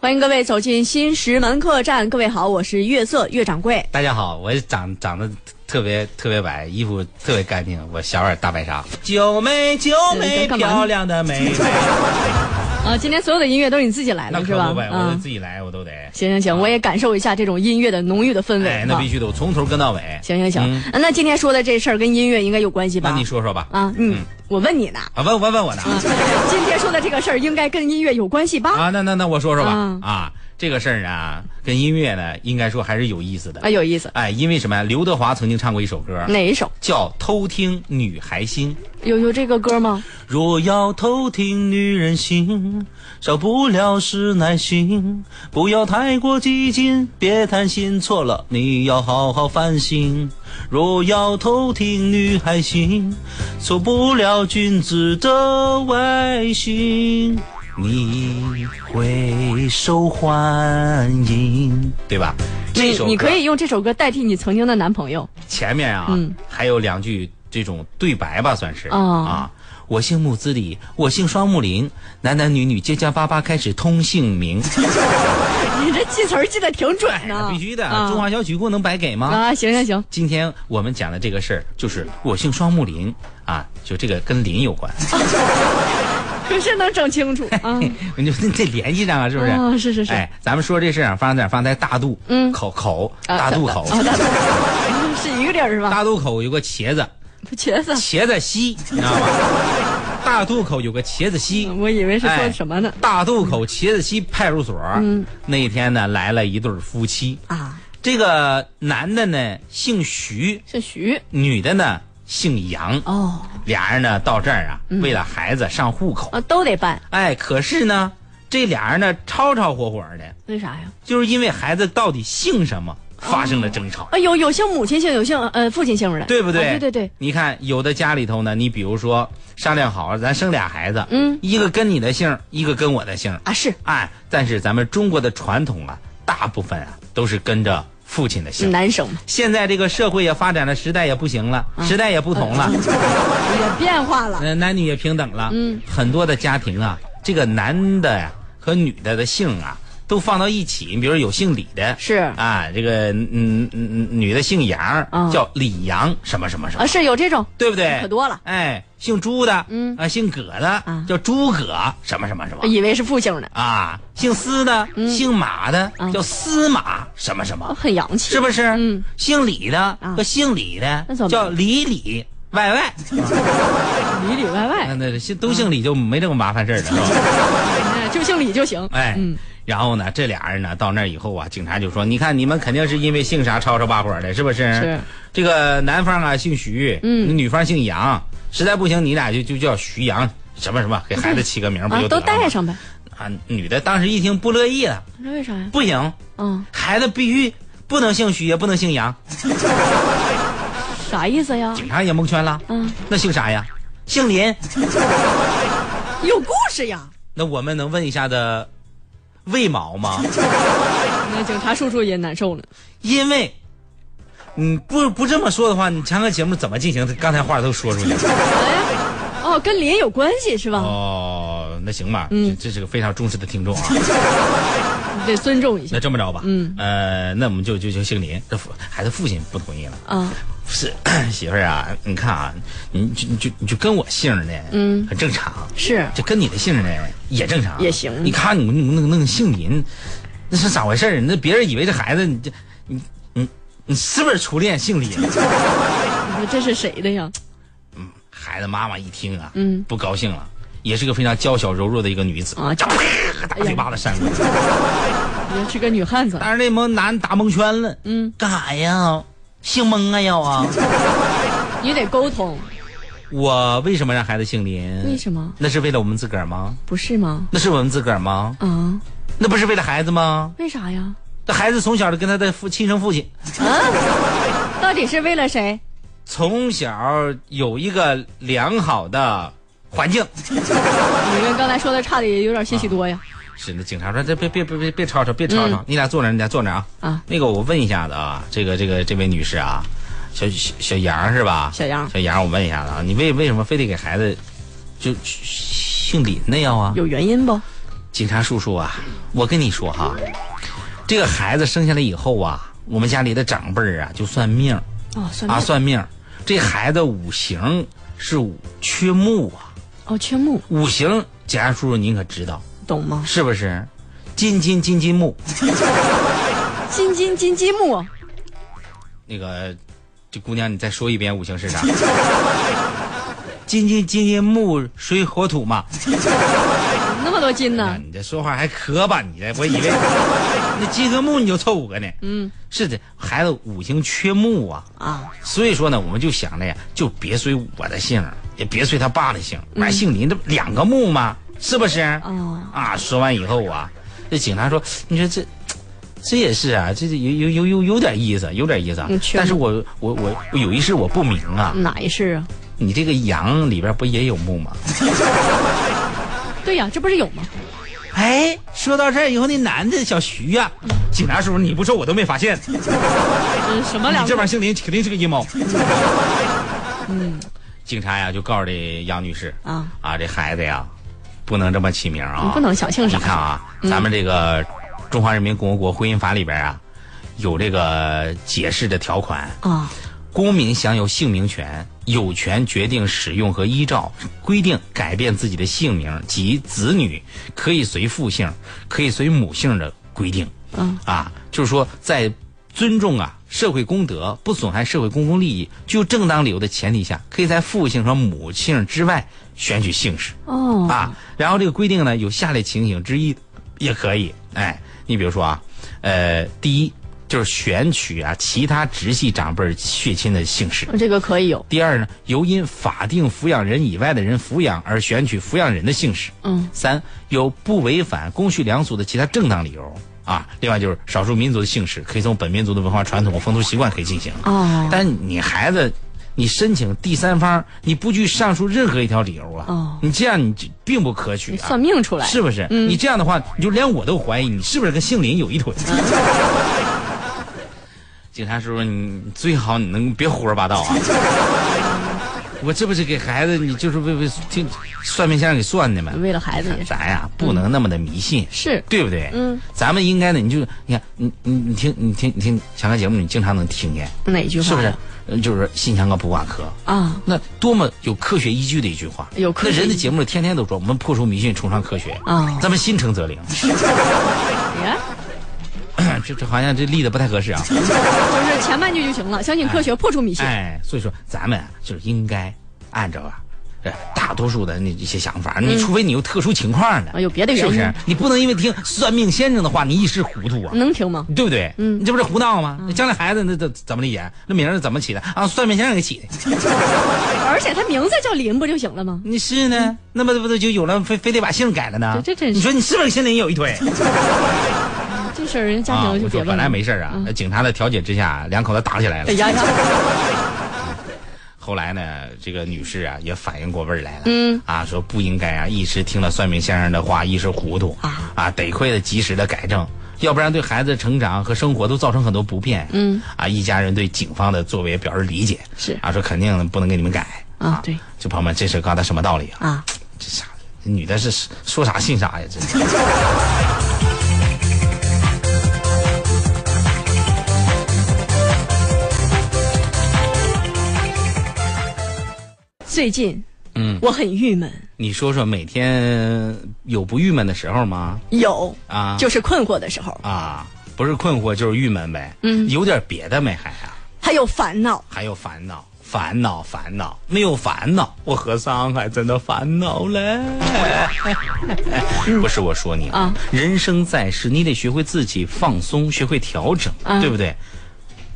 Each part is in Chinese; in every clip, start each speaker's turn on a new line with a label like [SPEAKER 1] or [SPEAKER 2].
[SPEAKER 1] 欢迎各位走进新石门客栈。各位好，我是月色月掌柜。
[SPEAKER 2] 大家好，我长长得特别特别白，衣服特别干净，我小点大白鲨。九妹九妹，
[SPEAKER 1] 嗯 干嘛呢
[SPEAKER 2] 漂亮的嗯妹妹，
[SPEAKER 1] 啊，今天所有的音乐都是你自己来
[SPEAKER 2] 那
[SPEAKER 1] 的，是
[SPEAKER 2] 可
[SPEAKER 1] 吧
[SPEAKER 2] 不呗？？我
[SPEAKER 1] 啊
[SPEAKER 2] 得，自己来，我都得。
[SPEAKER 1] 行行行，我也感受一下这种音乐的浓郁的氛围。
[SPEAKER 2] 哎，那
[SPEAKER 1] 啊
[SPEAKER 2] 必须的，我从头跟到尾。
[SPEAKER 1] 行行行、
[SPEAKER 2] 嗯
[SPEAKER 1] 啊那今天说的这事儿跟音乐应该有关系吧？
[SPEAKER 2] 那你说说吧。
[SPEAKER 1] 啊，嗯，我问你呢。
[SPEAKER 2] 啊，问问问我呢？
[SPEAKER 1] 今天说的这个事儿应该跟音乐有关系吧？
[SPEAKER 2] 啊，那那那我说说吧。
[SPEAKER 1] 嗯
[SPEAKER 2] 啊，这个事儿啊，跟音乐呢，应该说还是有意思的。
[SPEAKER 1] 啊，有意思。
[SPEAKER 2] 哎，嗯因为什么呀？刘德华曾经唱过一首歌，
[SPEAKER 1] 哪一首？
[SPEAKER 2] 叫《偷听女孩心》。
[SPEAKER 1] 有有这个歌吗？
[SPEAKER 2] 若要偷听女人心，少不了是耐心。不要太过激进，别贪心，错了你要好好反省。若要偷听女孩心，错不了君子的外形，你会受欢迎，对吧？这
[SPEAKER 1] 你
[SPEAKER 2] 首
[SPEAKER 1] 你
[SPEAKER 2] 歌
[SPEAKER 1] 可以用这首歌代替你曾经的男朋 友。
[SPEAKER 2] 前面啊，
[SPEAKER 1] 嗯
[SPEAKER 2] 还有两句这种对白吧，算是、
[SPEAKER 1] 哦
[SPEAKER 2] 啊。我姓木子李，我姓双木林，男男女女结结巴巴开始通 姓名。
[SPEAKER 1] 你这记词儿记得挺准呢
[SPEAKER 2] 那。哎必须的，
[SPEAKER 1] 啊
[SPEAKER 2] 中华小曲库能白给吗？
[SPEAKER 1] 啊，行行行，
[SPEAKER 2] 今天我们讲的这个事儿，就是我姓双木林啊，就这个跟林 有关，
[SPEAKER 1] 可是能整清楚啊。
[SPEAKER 2] 你就这联系上啊，是不是？
[SPEAKER 1] 啊是是是
[SPEAKER 2] 哎，咱们说这事儿啊发生在发生在大渡，
[SPEAKER 1] 嗯
[SPEAKER 2] 口口
[SPEAKER 1] 啊
[SPEAKER 2] 大渡口，
[SPEAKER 1] 啊大肚是一个地儿是吧？
[SPEAKER 2] 大渡口有个茄子，
[SPEAKER 1] 瘸子，
[SPEAKER 2] 茄子溪，你知道吗？ 大渡口有个茄子溪，
[SPEAKER 1] 我以为是说
[SPEAKER 2] 哎
[SPEAKER 1] 什么呢？
[SPEAKER 2] 大渡口茄子溪派出所，
[SPEAKER 1] 嗯
[SPEAKER 2] 那一天呢来了一对夫妻，
[SPEAKER 1] 啊，
[SPEAKER 2] 这个男的呢姓徐，
[SPEAKER 1] 姓徐
[SPEAKER 2] 女的呢姓杨，
[SPEAKER 1] 哦
[SPEAKER 2] 俩人呢到这儿啊，
[SPEAKER 1] 嗯
[SPEAKER 2] 为了孩子上户口，
[SPEAKER 1] 啊，都得办，
[SPEAKER 2] 哎，可是呢这俩人呢吵吵火火的，
[SPEAKER 1] 为啥呀？
[SPEAKER 2] 就是因为孩子到底姓什么发生了争吵。
[SPEAKER 1] 啊，有有姓母亲姓，有姓呃父亲姓的，
[SPEAKER 2] 对不对、
[SPEAKER 1] 啊对对对，，
[SPEAKER 2] 你看有的家里头呢，你比如说商量好，咱生俩孩子，
[SPEAKER 1] 嗯，
[SPEAKER 2] 一个跟你的姓，一个跟我的姓，
[SPEAKER 1] 啊是
[SPEAKER 2] 哎，但是咱们中国的传统啊，大部分啊都是跟着父亲的姓。
[SPEAKER 1] 男生嘛
[SPEAKER 2] 现在这个社会也发展了，时代也不行了，
[SPEAKER 1] 嗯
[SPEAKER 2] 时代也不同了，
[SPEAKER 1] 也变化了，
[SPEAKER 2] 呃，男女也平等了。嗯，很多的家庭啊，这个男的呀和女的的姓啊都放到一起，你比如有姓李的，
[SPEAKER 1] 是
[SPEAKER 2] 啊，这个嗯嗯嗯女的姓杨，
[SPEAKER 1] 嗯
[SPEAKER 2] 叫李杨什么什么什
[SPEAKER 1] 啊
[SPEAKER 2] 么，
[SPEAKER 1] 是有这种，
[SPEAKER 2] 对不对？
[SPEAKER 1] 可多了
[SPEAKER 2] 哎，姓朱的，
[SPEAKER 1] 嗯
[SPEAKER 2] 啊，姓葛的，
[SPEAKER 1] 啊哎
[SPEAKER 2] 叫诸葛什么什么什么。
[SPEAKER 1] 以为是父姓呢，
[SPEAKER 2] 啊，姓司的、姓马的、
[SPEAKER 1] 嗯
[SPEAKER 2] 叫司马什么什
[SPEAKER 1] 啊
[SPEAKER 2] 么，
[SPEAKER 1] 很洋气，
[SPEAKER 2] 是不是？
[SPEAKER 1] 嗯，啊
[SPEAKER 2] 姓李的和姓李的
[SPEAKER 1] 那怎么
[SPEAKER 2] 叫李里外外，
[SPEAKER 1] 里里外
[SPEAKER 2] 那
[SPEAKER 1] 外，
[SPEAKER 2] 那姓都姓李就没这么麻烦事儿了，是吧？
[SPEAKER 1] 哎就姓李就行，
[SPEAKER 2] 哎
[SPEAKER 1] 嗯。
[SPEAKER 2] 然后呢，这俩人呢到那儿以后啊，警察就说：“你看你们肯定是因为姓啥吵吵巴火的，是不是？
[SPEAKER 1] 是
[SPEAKER 2] 这个男方啊姓徐，
[SPEAKER 1] 嗯
[SPEAKER 2] 女方姓杨，实在不行你俩就就叫徐杨什么什么，给孩子起个名儿不
[SPEAKER 1] 啊
[SPEAKER 2] 就得
[SPEAKER 1] 都
[SPEAKER 2] 了吗？
[SPEAKER 1] 带上呗，
[SPEAKER 2] 啊！女的当时一听不乐意了，
[SPEAKER 1] 那为啥呀？
[SPEAKER 2] 不行，
[SPEAKER 1] 嗯，
[SPEAKER 2] 孩子必须不能姓徐，也不能姓杨。
[SPEAKER 1] 啥意思呀？
[SPEAKER 2] 警察也蒙圈了，
[SPEAKER 1] 嗯，
[SPEAKER 2] 那姓啥呀？姓林。
[SPEAKER 1] 有故事呀。
[SPEAKER 2] 那我们能问一下的为毛吗？
[SPEAKER 1] 那警察叔叔也难受呢。
[SPEAKER 2] 因为，嗯，不不这么说的话，你前个节目怎么进行？刚才话都说出去了。
[SPEAKER 1] 哦，跟林有关系是吧？
[SPEAKER 2] 哦，那行吧，
[SPEAKER 1] 嗯
[SPEAKER 2] 这这是个非常忠实的听众啊。
[SPEAKER 1] 你得尊重一下
[SPEAKER 2] 那这么着吧，
[SPEAKER 1] 嗯，
[SPEAKER 2] 呃，那我们就就就姓林。这父孩子父亲不同意了，
[SPEAKER 1] 啊。
[SPEAKER 2] 是 媳妇儿啊，你看啊，你就你就你就跟我姓儿呢，
[SPEAKER 1] 嗯，
[SPEAKER 2] 很正常。
[SPEAKER 1] 是
[SPEAKER 2] 这跟你的姓呢也正常，
[SPEAKER 1] 也行
[SPEAKER 2] 你看你们那个那个姓林，那是咋回事儿那别人以为这孩子你这你你你是不是初恋姓林？啊
[SPEAKER 1] 你说这是谁的呀？
[SPEAKER 2] 孩子妈妈一听啊，
[SPEAKER 1] 嗯
[SPEAKER 2] 不高兴了，也是个非常娇小柔弱的一个女子
[SPEAKER 1] 啊
[SPEAKER 2] 就啪大嘴巴子扇过
[SPEAKER 1] 哎
[SPEAKER 2] 去。
[SPEAKER 1] 也是个女汉子。
[SPEAKER 2] 当时那蒙男打蒙圈了，
[SPEAKER 1] 嗯，
[SPEAKER 2] 干啥呀？姓蒙啊要啊？
[SPEAKER 1] 你得沟通，
[SPEAKER 2] 我为什么让孩子姓林？
[SPEAKER 1] 为什么？
[SPEAKER 2] 那是为了我们自个儿吗？
[SPEAKER 1] 不是吗？
[SPEAKER 2] 那是我们自个儿吗？
[SPEAKER 1] 啊？
[SPEAKER 2] 那不是为了孩子吗？
[SPEAKER 1] 为啥呀？
[SPEAKER 2] 那孩子从小就跟他的父亲生父亲
[SPEAKER 1] 啊到底是为了谁？
[SPEAKER 2] 从小有一个良好的环境。
[SPEAKER 1] 你跟刚才说的差的也有点些许多呀。
[SPEAKER 2] 是，那警察说：“这别别别别别吵吵，别吵吵，你俩坐那儿，你俩坐那儿啊。”
[SPEAKER 1] 嗯啊，
[SPEAKER 2] 那个我问一下子啊，这个这个这位女士啊，小小小杨是吧？
[SPEAKER 1] 小杨
[SPEAKER 2] 小杨，我问一下子啊，你为为什么非得给孩子就姓林的要啊？
[SPEAKER 1] 有原因不？
[SPEAKER 2] 警察叔叔啊，我跟你说哈，这个孩子生下来以后啊，我们家里的长辈儿啊就算命
[SPEAKER 1] 哦，算
[SPEAKER 2] 啊
[SPEAKER 1] 命
[SPEAKER 2] 算命，这孩子五行是五缺木啊，
[SPEAKER 1] 哦，缺木
[SPEAKER 2] 五行，警察叔叔您可知道
[SPEAKER 1] 懂吗？
[SPEAKER 2] 是不是？金金金金木，
[SPEAKER 1] 金金金鸡木
[SPEAKER 2] 那个这姑娘你再说一遍五行是啥？ 金金金金木水火土嘛。
[SPEAKER 1] 那么多金
[SPEAKER 2] 啊
[SPEAKER 1] 呢，？
[SPEAKER 2] 你这说话还磕巴，你这我以为那金和木你就凑五个呢。嗯，是的，孩子五行缺木啊，
[SPEAKER 1] 啊，
[SPEAKER 2] 所以说呢，我们就想着呀，就别随我的姓，也别随他爸的姓，完姓林这不两个木吗？是不是？
[SPEAKER 1] 哦
[SPEAKER 2] 啊，说完以后啊，这警察说，你说这。这也是啊，这这有有有有有点意思，有点意思啊
[SPEAKER 1] 嗯缺木
[SPEAKER 2] 但是我我我我有一事我不明啊，
[SPEAKER 1] 哪一世啊？
[SPEAKER 2] 你这个羊里边不也有木吗？
[SPEAKER 1] 对呀，这不是有吗？
[SPEAKER 2] 哎，说到这儿以后，那男的小徐呀、警察叔叔，你不说我都没发现，你
[SPEAKER 1] 这什么两
[SPEAKER 2] 这玩意儿姓林，肯定是个 阴谋。嗯，警察呀就告诉这杨女士
[SPEAKER 1] 嗯啊
[SPEAKER 2] 啊，这孩子呀不能这么起名啊
[SPEAKER 1] 你，不能小姓
[SPEAKER 2] 你
[SPEAKER 1] 啥
[SPEAKER 2] 看啊，咱们这个《中华人民共和国婚姻法》里边啊有这个解释的条款，
[SPEAKER 1] 啊？
[SPEAKER 2] 公民享有姓名权，有权决定使用和依照规定改变自己的姓名及子女可以随父姓、可以随母姓的规定。
[SPEAKER 1] 嗯
[SPEAKER 2] 啊，就是说在尊重啊社会公德、不损害社会公共利益、具有正当理由的前提下，可以在父姓和母姓之外选取姓氏。
[SPEAKER 1] 哦，
[SPEAKER 2] 啊，然后这个规定呢有下列情形之一，也可以，哎，你比如说啊，呃，第一就是选取啊其他直系长辈儿血亲的姓氏。
[SPEAKER 1] 这个可以有，
[SPEAKER 2] 第二呢，由因法定抚养人以外的人抚养而选取抚养人的姓氏。
[SPEAKER 1] 嗯，
[SPEAKER 2] 三有不违反公序良俗的其他正当理由啊。另外就是少数民族的姓氏可以从本民族的文化传统和风俗习惯可以进行。
[SPEAKER 1] 哦
[SPEAKER 2] 但你孩子，你申请第三方，你不具上述任何一条理由啊，
[SPEAKER 1] 哦
[SPEAKER 2] 你这样你就并不可取
[SPEAKER 1] 你
[SPEAKER 2] 啊。
[SPEAKER 1] 算命出来嗯
[SPEAKER 2] 是不是？你这样的话，你就连我都怀疑你是不是跟姓林有一腿。
[SPEAKER 1] 嗯
[SPEAKER 2] 警察叔叔，你最好你能别胡说八道 啊！我这不是给孩子，你就是为为听算命先生给算的吗？
[SPEAKER 1] 为了孩子也是
[SPEAKER 2] 咱呀不能那么的迷信，
[SPEAKER 1] 是
[SPEAKER 2] 对不对？
[SPEAKER 1] 嗯，
[SPEAKER 2] 咱们应该呢，你就你看，你你你听你听你听，强哥节目你经常能听见，
[SPEAKER 1] 哪句话？
[SPEAKER 2] 是不是？
[SPEAKER 1] 嗯
[SPEAKER 2] 呃就是新强哥不挂科。
[SPEAKER 1] 啊？
[SPEAKER 2] 那多么有科学依据的一句话！
[SPEAKER 1] 有科学
[SPEAKER 2] 那人的
[SPEAKER 1] 依据
[SPEAKER 2] 节目里天天都说我们破除迷信，崇尚科学
[SPEAKER 1] 啊
[SPEAKER 2] 咱们心 诚则灵。
[SPEAKER 1] 哎
[SPEAKER 2] 这这好像这立的不太合适啊。
[SPEAKER 1] 就是前半句就行了，相信科学，破除迷信。
[SPEAKER 2] 哎，所以说咱们啊，就是应该按照啊，呃大多数的那一些想法，你除非你有特殊情况呢，
[SPEAKER 1] 啊嗯有别的原因
[SPEAKER 2] 是不是？你不能因为听算命先生的话，你一时糊涂啊。
[SPEAKER 1] 能听吗？
[SPEAKER 2] 对不对？嗯，你这不是胡闹吗？那将来孩子那怎怎么理解？那名儿怎么起的啊？算命先生给起的。哎
[SPEAKER 1] 而且他名字叫林不就行了吗？
[SPEAKER 2] 你是呢？那么这不就有了，非非得把姓改了呢？
[SPEAKER 1] 嗯这这真是
[SPEAKER 2] 你说你是不是心里有一腿？
[SPEAKER 1] 这事儿人家
[SPEAKER 2] 啊，
[SPEAKER 1] 庭就
[SPEAKER 2] 我
[SPEAKER 1] 别
[SPEAKER 2] 说
[SPEAKER 1] 问了。嗯
[SPEAKER 2] 本来没事儿啊，警察的调解之下，两口子打起来了
[SPEAKER 1] 哎。呀 呀，
[SPEAKER 2] 后来呢，这个女士啊也反应过味儿来了，
[SPEAKER 1] 嗯，
[SPEAKER 2] 啊，说不应该啊，一时听了算命先生的话，一时糊涂
[SPEAKER 1] 啊
[SPEAKER 2] 得亏了及时的改正，要不然对孩子的成长和生活都造成很多不便，嗯，啊，一家人对警方的作为表示理解，
[SPEAKER 1] 是
[SPEAKER 2] 啊，说肯定不能给你们改
[SPEAKER 1] 啊对，
[SPEAKER 2] 这朋友们，这事儿告诉他什么道理啊？
[SPEAKER 1] 啊，
[SPEAKER 2] 这啥？这女的是说啥信啥呀？真是。
[SPEAKER 1] 最近
[SPEAKER 2] 嗯，
[SPEAKER 1] 我很郁闷，
[SPEAKER 2] 你说说，每天有不郁闷的时候吗？
[SPEAKER 1] 有
[SPEAKER 2] 啊
[SPEAKER 1] 就是困惑的时候，
[SPEAKER 2] 啊，不是困惑就是郁闷呗。嗯，有点别的没还啊？
[SPEAKER 1] 还有烦恼，
[SPEAKER 2] 还有烦恼，烦恼，烦恼，没有烦恼，我和伤害真的烦 恼嘞。不是我说你
[SPEAKER 1] 啊，
[SPEAKER 2] 人生在世，你得学会自己放松，学会调整，
[SPEAKER 1] 啊
[SPEAKER 2] 对不对？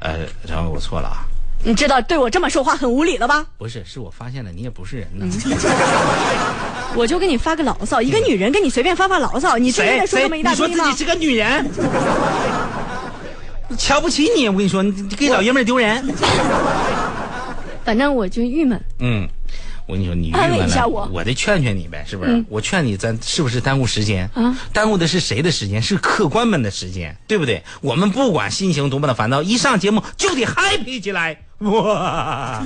[SPEAKER 2] 呃，然后我错了啊，
[SPEAKER 1] 你知道对我这么说话很无理了吧？
[SPEAKER 2] 不是，是我发现了你也不是 人呢。
[SPEAKER 1] 我就给你发个牢骚，一个女人跟你随便发发牢骚，你真
[SPEAKER 2] 嗯谁
[SPEAKER 1] 的说
[SPEAKER 2] 谁
[SPEAKER 1] 这么一大
[SPEAKER 2] 你说
[SPEAKER 1] 堆
[SPEAKER 2] 自己
[SPEAKER 1] 吗？
[SPEAKER 2] 是个女人，瞧不起你，我跟你说，你你给老爷们儿丢人。
[SPEAKER 1] 反正我就郁闷，
[SPEAKER 2] 嗯，我跟你说，你郁
[SPEAKER 1] 安慰
[SPEAKER 2] 闷
[SPEAKER 1] 一下
[SPEAKER 2] 了，
[SPEAKER 1] 我嗯
[SPEAKER 2] 我得劝劝你呗，是不是？我劝你，咱是不是耽误时间？啊，耽误的是谁的时间？是客官们的时间，对不对？我们不管心情多么的烦躁，一上节目就得 happy 起来，哇！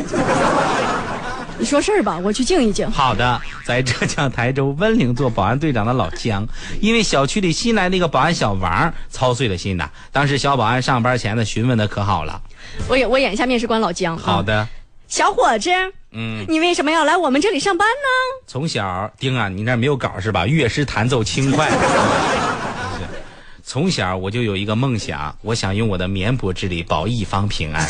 [SPEAKER 1] 你说事儿吧，我去静一静。
[SPEAKER 2] 好的，在浙江台州温岭做保安队长的老姜，
[SPEAKER 1] 嗯
[SPEAKER 2] 因为小区里新来的一个保安小王操碎了心呐。当时小保安上班前呢，询问的可好了。
[SPEAKER 1] 我演我演一下面试官老姜。
[SPEAKER 2] 好
[SPEAKER 1] 啊，
[SPEAKER 2] 的，
[SPEAKER 1] 小伙子，
[SPEAKER 2] 嗯，
[SPEAKER 1] 你为什么要来我们这里上班呢？
[SPEAKER 2] 从小丁啊，你那儿没有稿是吧？乐师弹奏轻快。是从小我就有一个梦想，我想用我的绵薄之力保一方平安。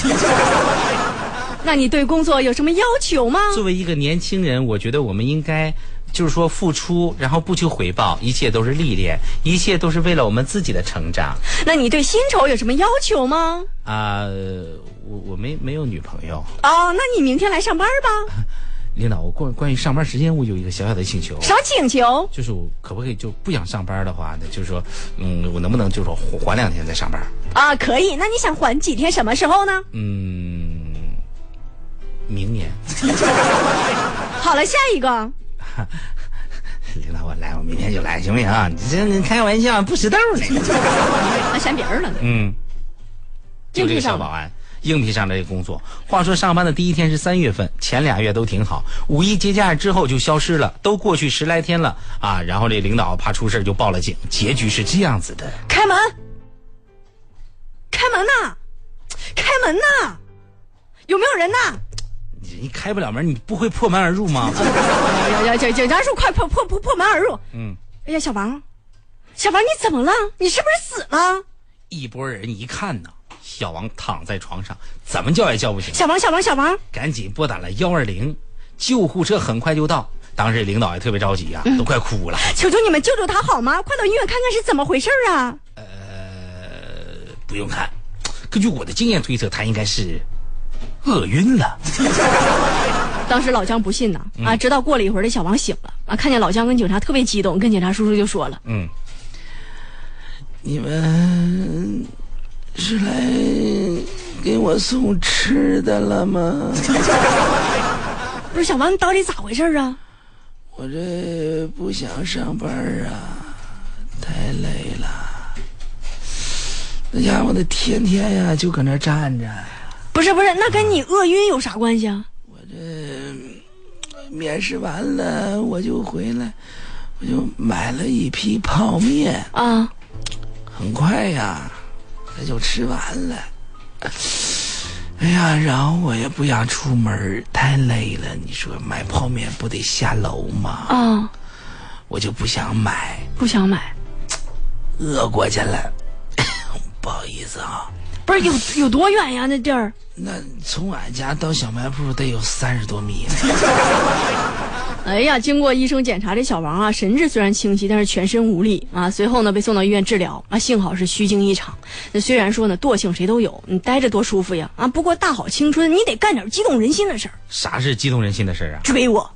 [SPEAKER 1] 那你对工作有什么要求吗？
[SPEAKER 2] 作为一个年轻人，我觉得我们应该就是说付出，然后不求回报，一切都是历练，一切都是为了我们自己的成长。
[SPEAKER 1] 那你对薪酬有什么要求吗？
[SPEAKER 2] 啊、我我没没有女朋友，
[SPEAKER 1] 哦，那你明天来上班吧。
[SPEAKER 2] 领导，我关关于上班时间，我有一个小小的请求，
[SPEAKER 1] 啥请求？
[SPEAKER 2] 就是我可不可以就不想上班的话呢？就是说，嗯，我能不能就是说缓缓两天再上班？
[SPEAKER 1] 啊，可以。那你想缓几天？什么时候呢？
[SPEAKER 2] 嗯，明年，
[SPEAKER 1] 好了，下一个。啊
[SPEAKER 2] 领导，我来，我明天就来，行不行啊？你这你开玩笑，不识逗呢。
[SPEAKER 1] 啊，嫌别人了呢。
[SPEAKER 2] 嗯，就这个小保安。应聘上这个工作，话说上班的第一天是三月份，前俩月都挺好，五一节假日之后就消失了，都过去十来天了啊。然后这领导怕出事就报了警，结局是这样子的。
[SPEAKER 1] 开门！开门呐、开门呐、有没有人呐、
[SPEAKER 2] 你开不了门，你不会破门而入吗？
[SPEAKER 1] 警警警警察叔，快破破破破门而入！嗯，哎呀，小王，小王，你怎么了？你是不是死了？
[SPEAKER 2] 一拨人一看呐，小王躺在床上，怎么叫也叫不醒，
[SPEAKER 1] 小王，小王，小王，
[SPEAKER 2] 赶紧拨打了幺二零，救护车很快就到。当时领导也特别着急呀、都快哭了。
[SPEAKER 1] 求求你们救救他好吗？快到医院看看是怎么回事儿啊！
[SPEAKER 2] 呃不用看，根据我的经验推测，他应该是饿晕了。
[SPEAKER 1] 当时老姜不信呐，啊，直到过了一会儿，这小王醒了啊，看见老姜跟警察特别激动，跟警察叔叔就说了，
[SPEAKER 3] 你们是来给我送吃的了吗？
[SPEAKER 1] 不是小王，你到底咋回事儿啊？
[SPEAKER 3] 我这不想上班啊，太累了。那家伙的天天呀、就搁那站着，
[SPEAKER 1] 不是不是，那跟你饿晕有啥关系啊？
[SPEAKER 3] 面试完了我就回来，我就买了一批泡面，
[SPEAKER 1] 啊，
[SPEAKER 3] 很快呀，他就吃完了。哎呀，然后我也不想出门，太累了。你说买泡面不得下楼吗？
[SPEAKER 1] 啊，
[SPEAKER 3] 我就不想买，
[SPEAKER 1] 不想买，
[SPEAKER 3] 饿过去了。 不好意思啊，
[SPEAKER 1] 不是有有多远呀？那地儿
[SPEAKER 3] 那从俺家到小卖部得有三十多米呢。
[SPEAKER 1] 哎呀，经过医生检查，这小王啊，神志虽然清晰，但是全身无力啊。随后呢，被送到医院治疗啊，幸好是虚惊一场。那虽然说呢，惰性谁都有，你嗯待着多舒服呀啊！不过大好青春，你得干点激动人心的事儿。
[SPEAKER 2] 啥是激动人心的事儿啊？
[SPEAKER 1] 追我，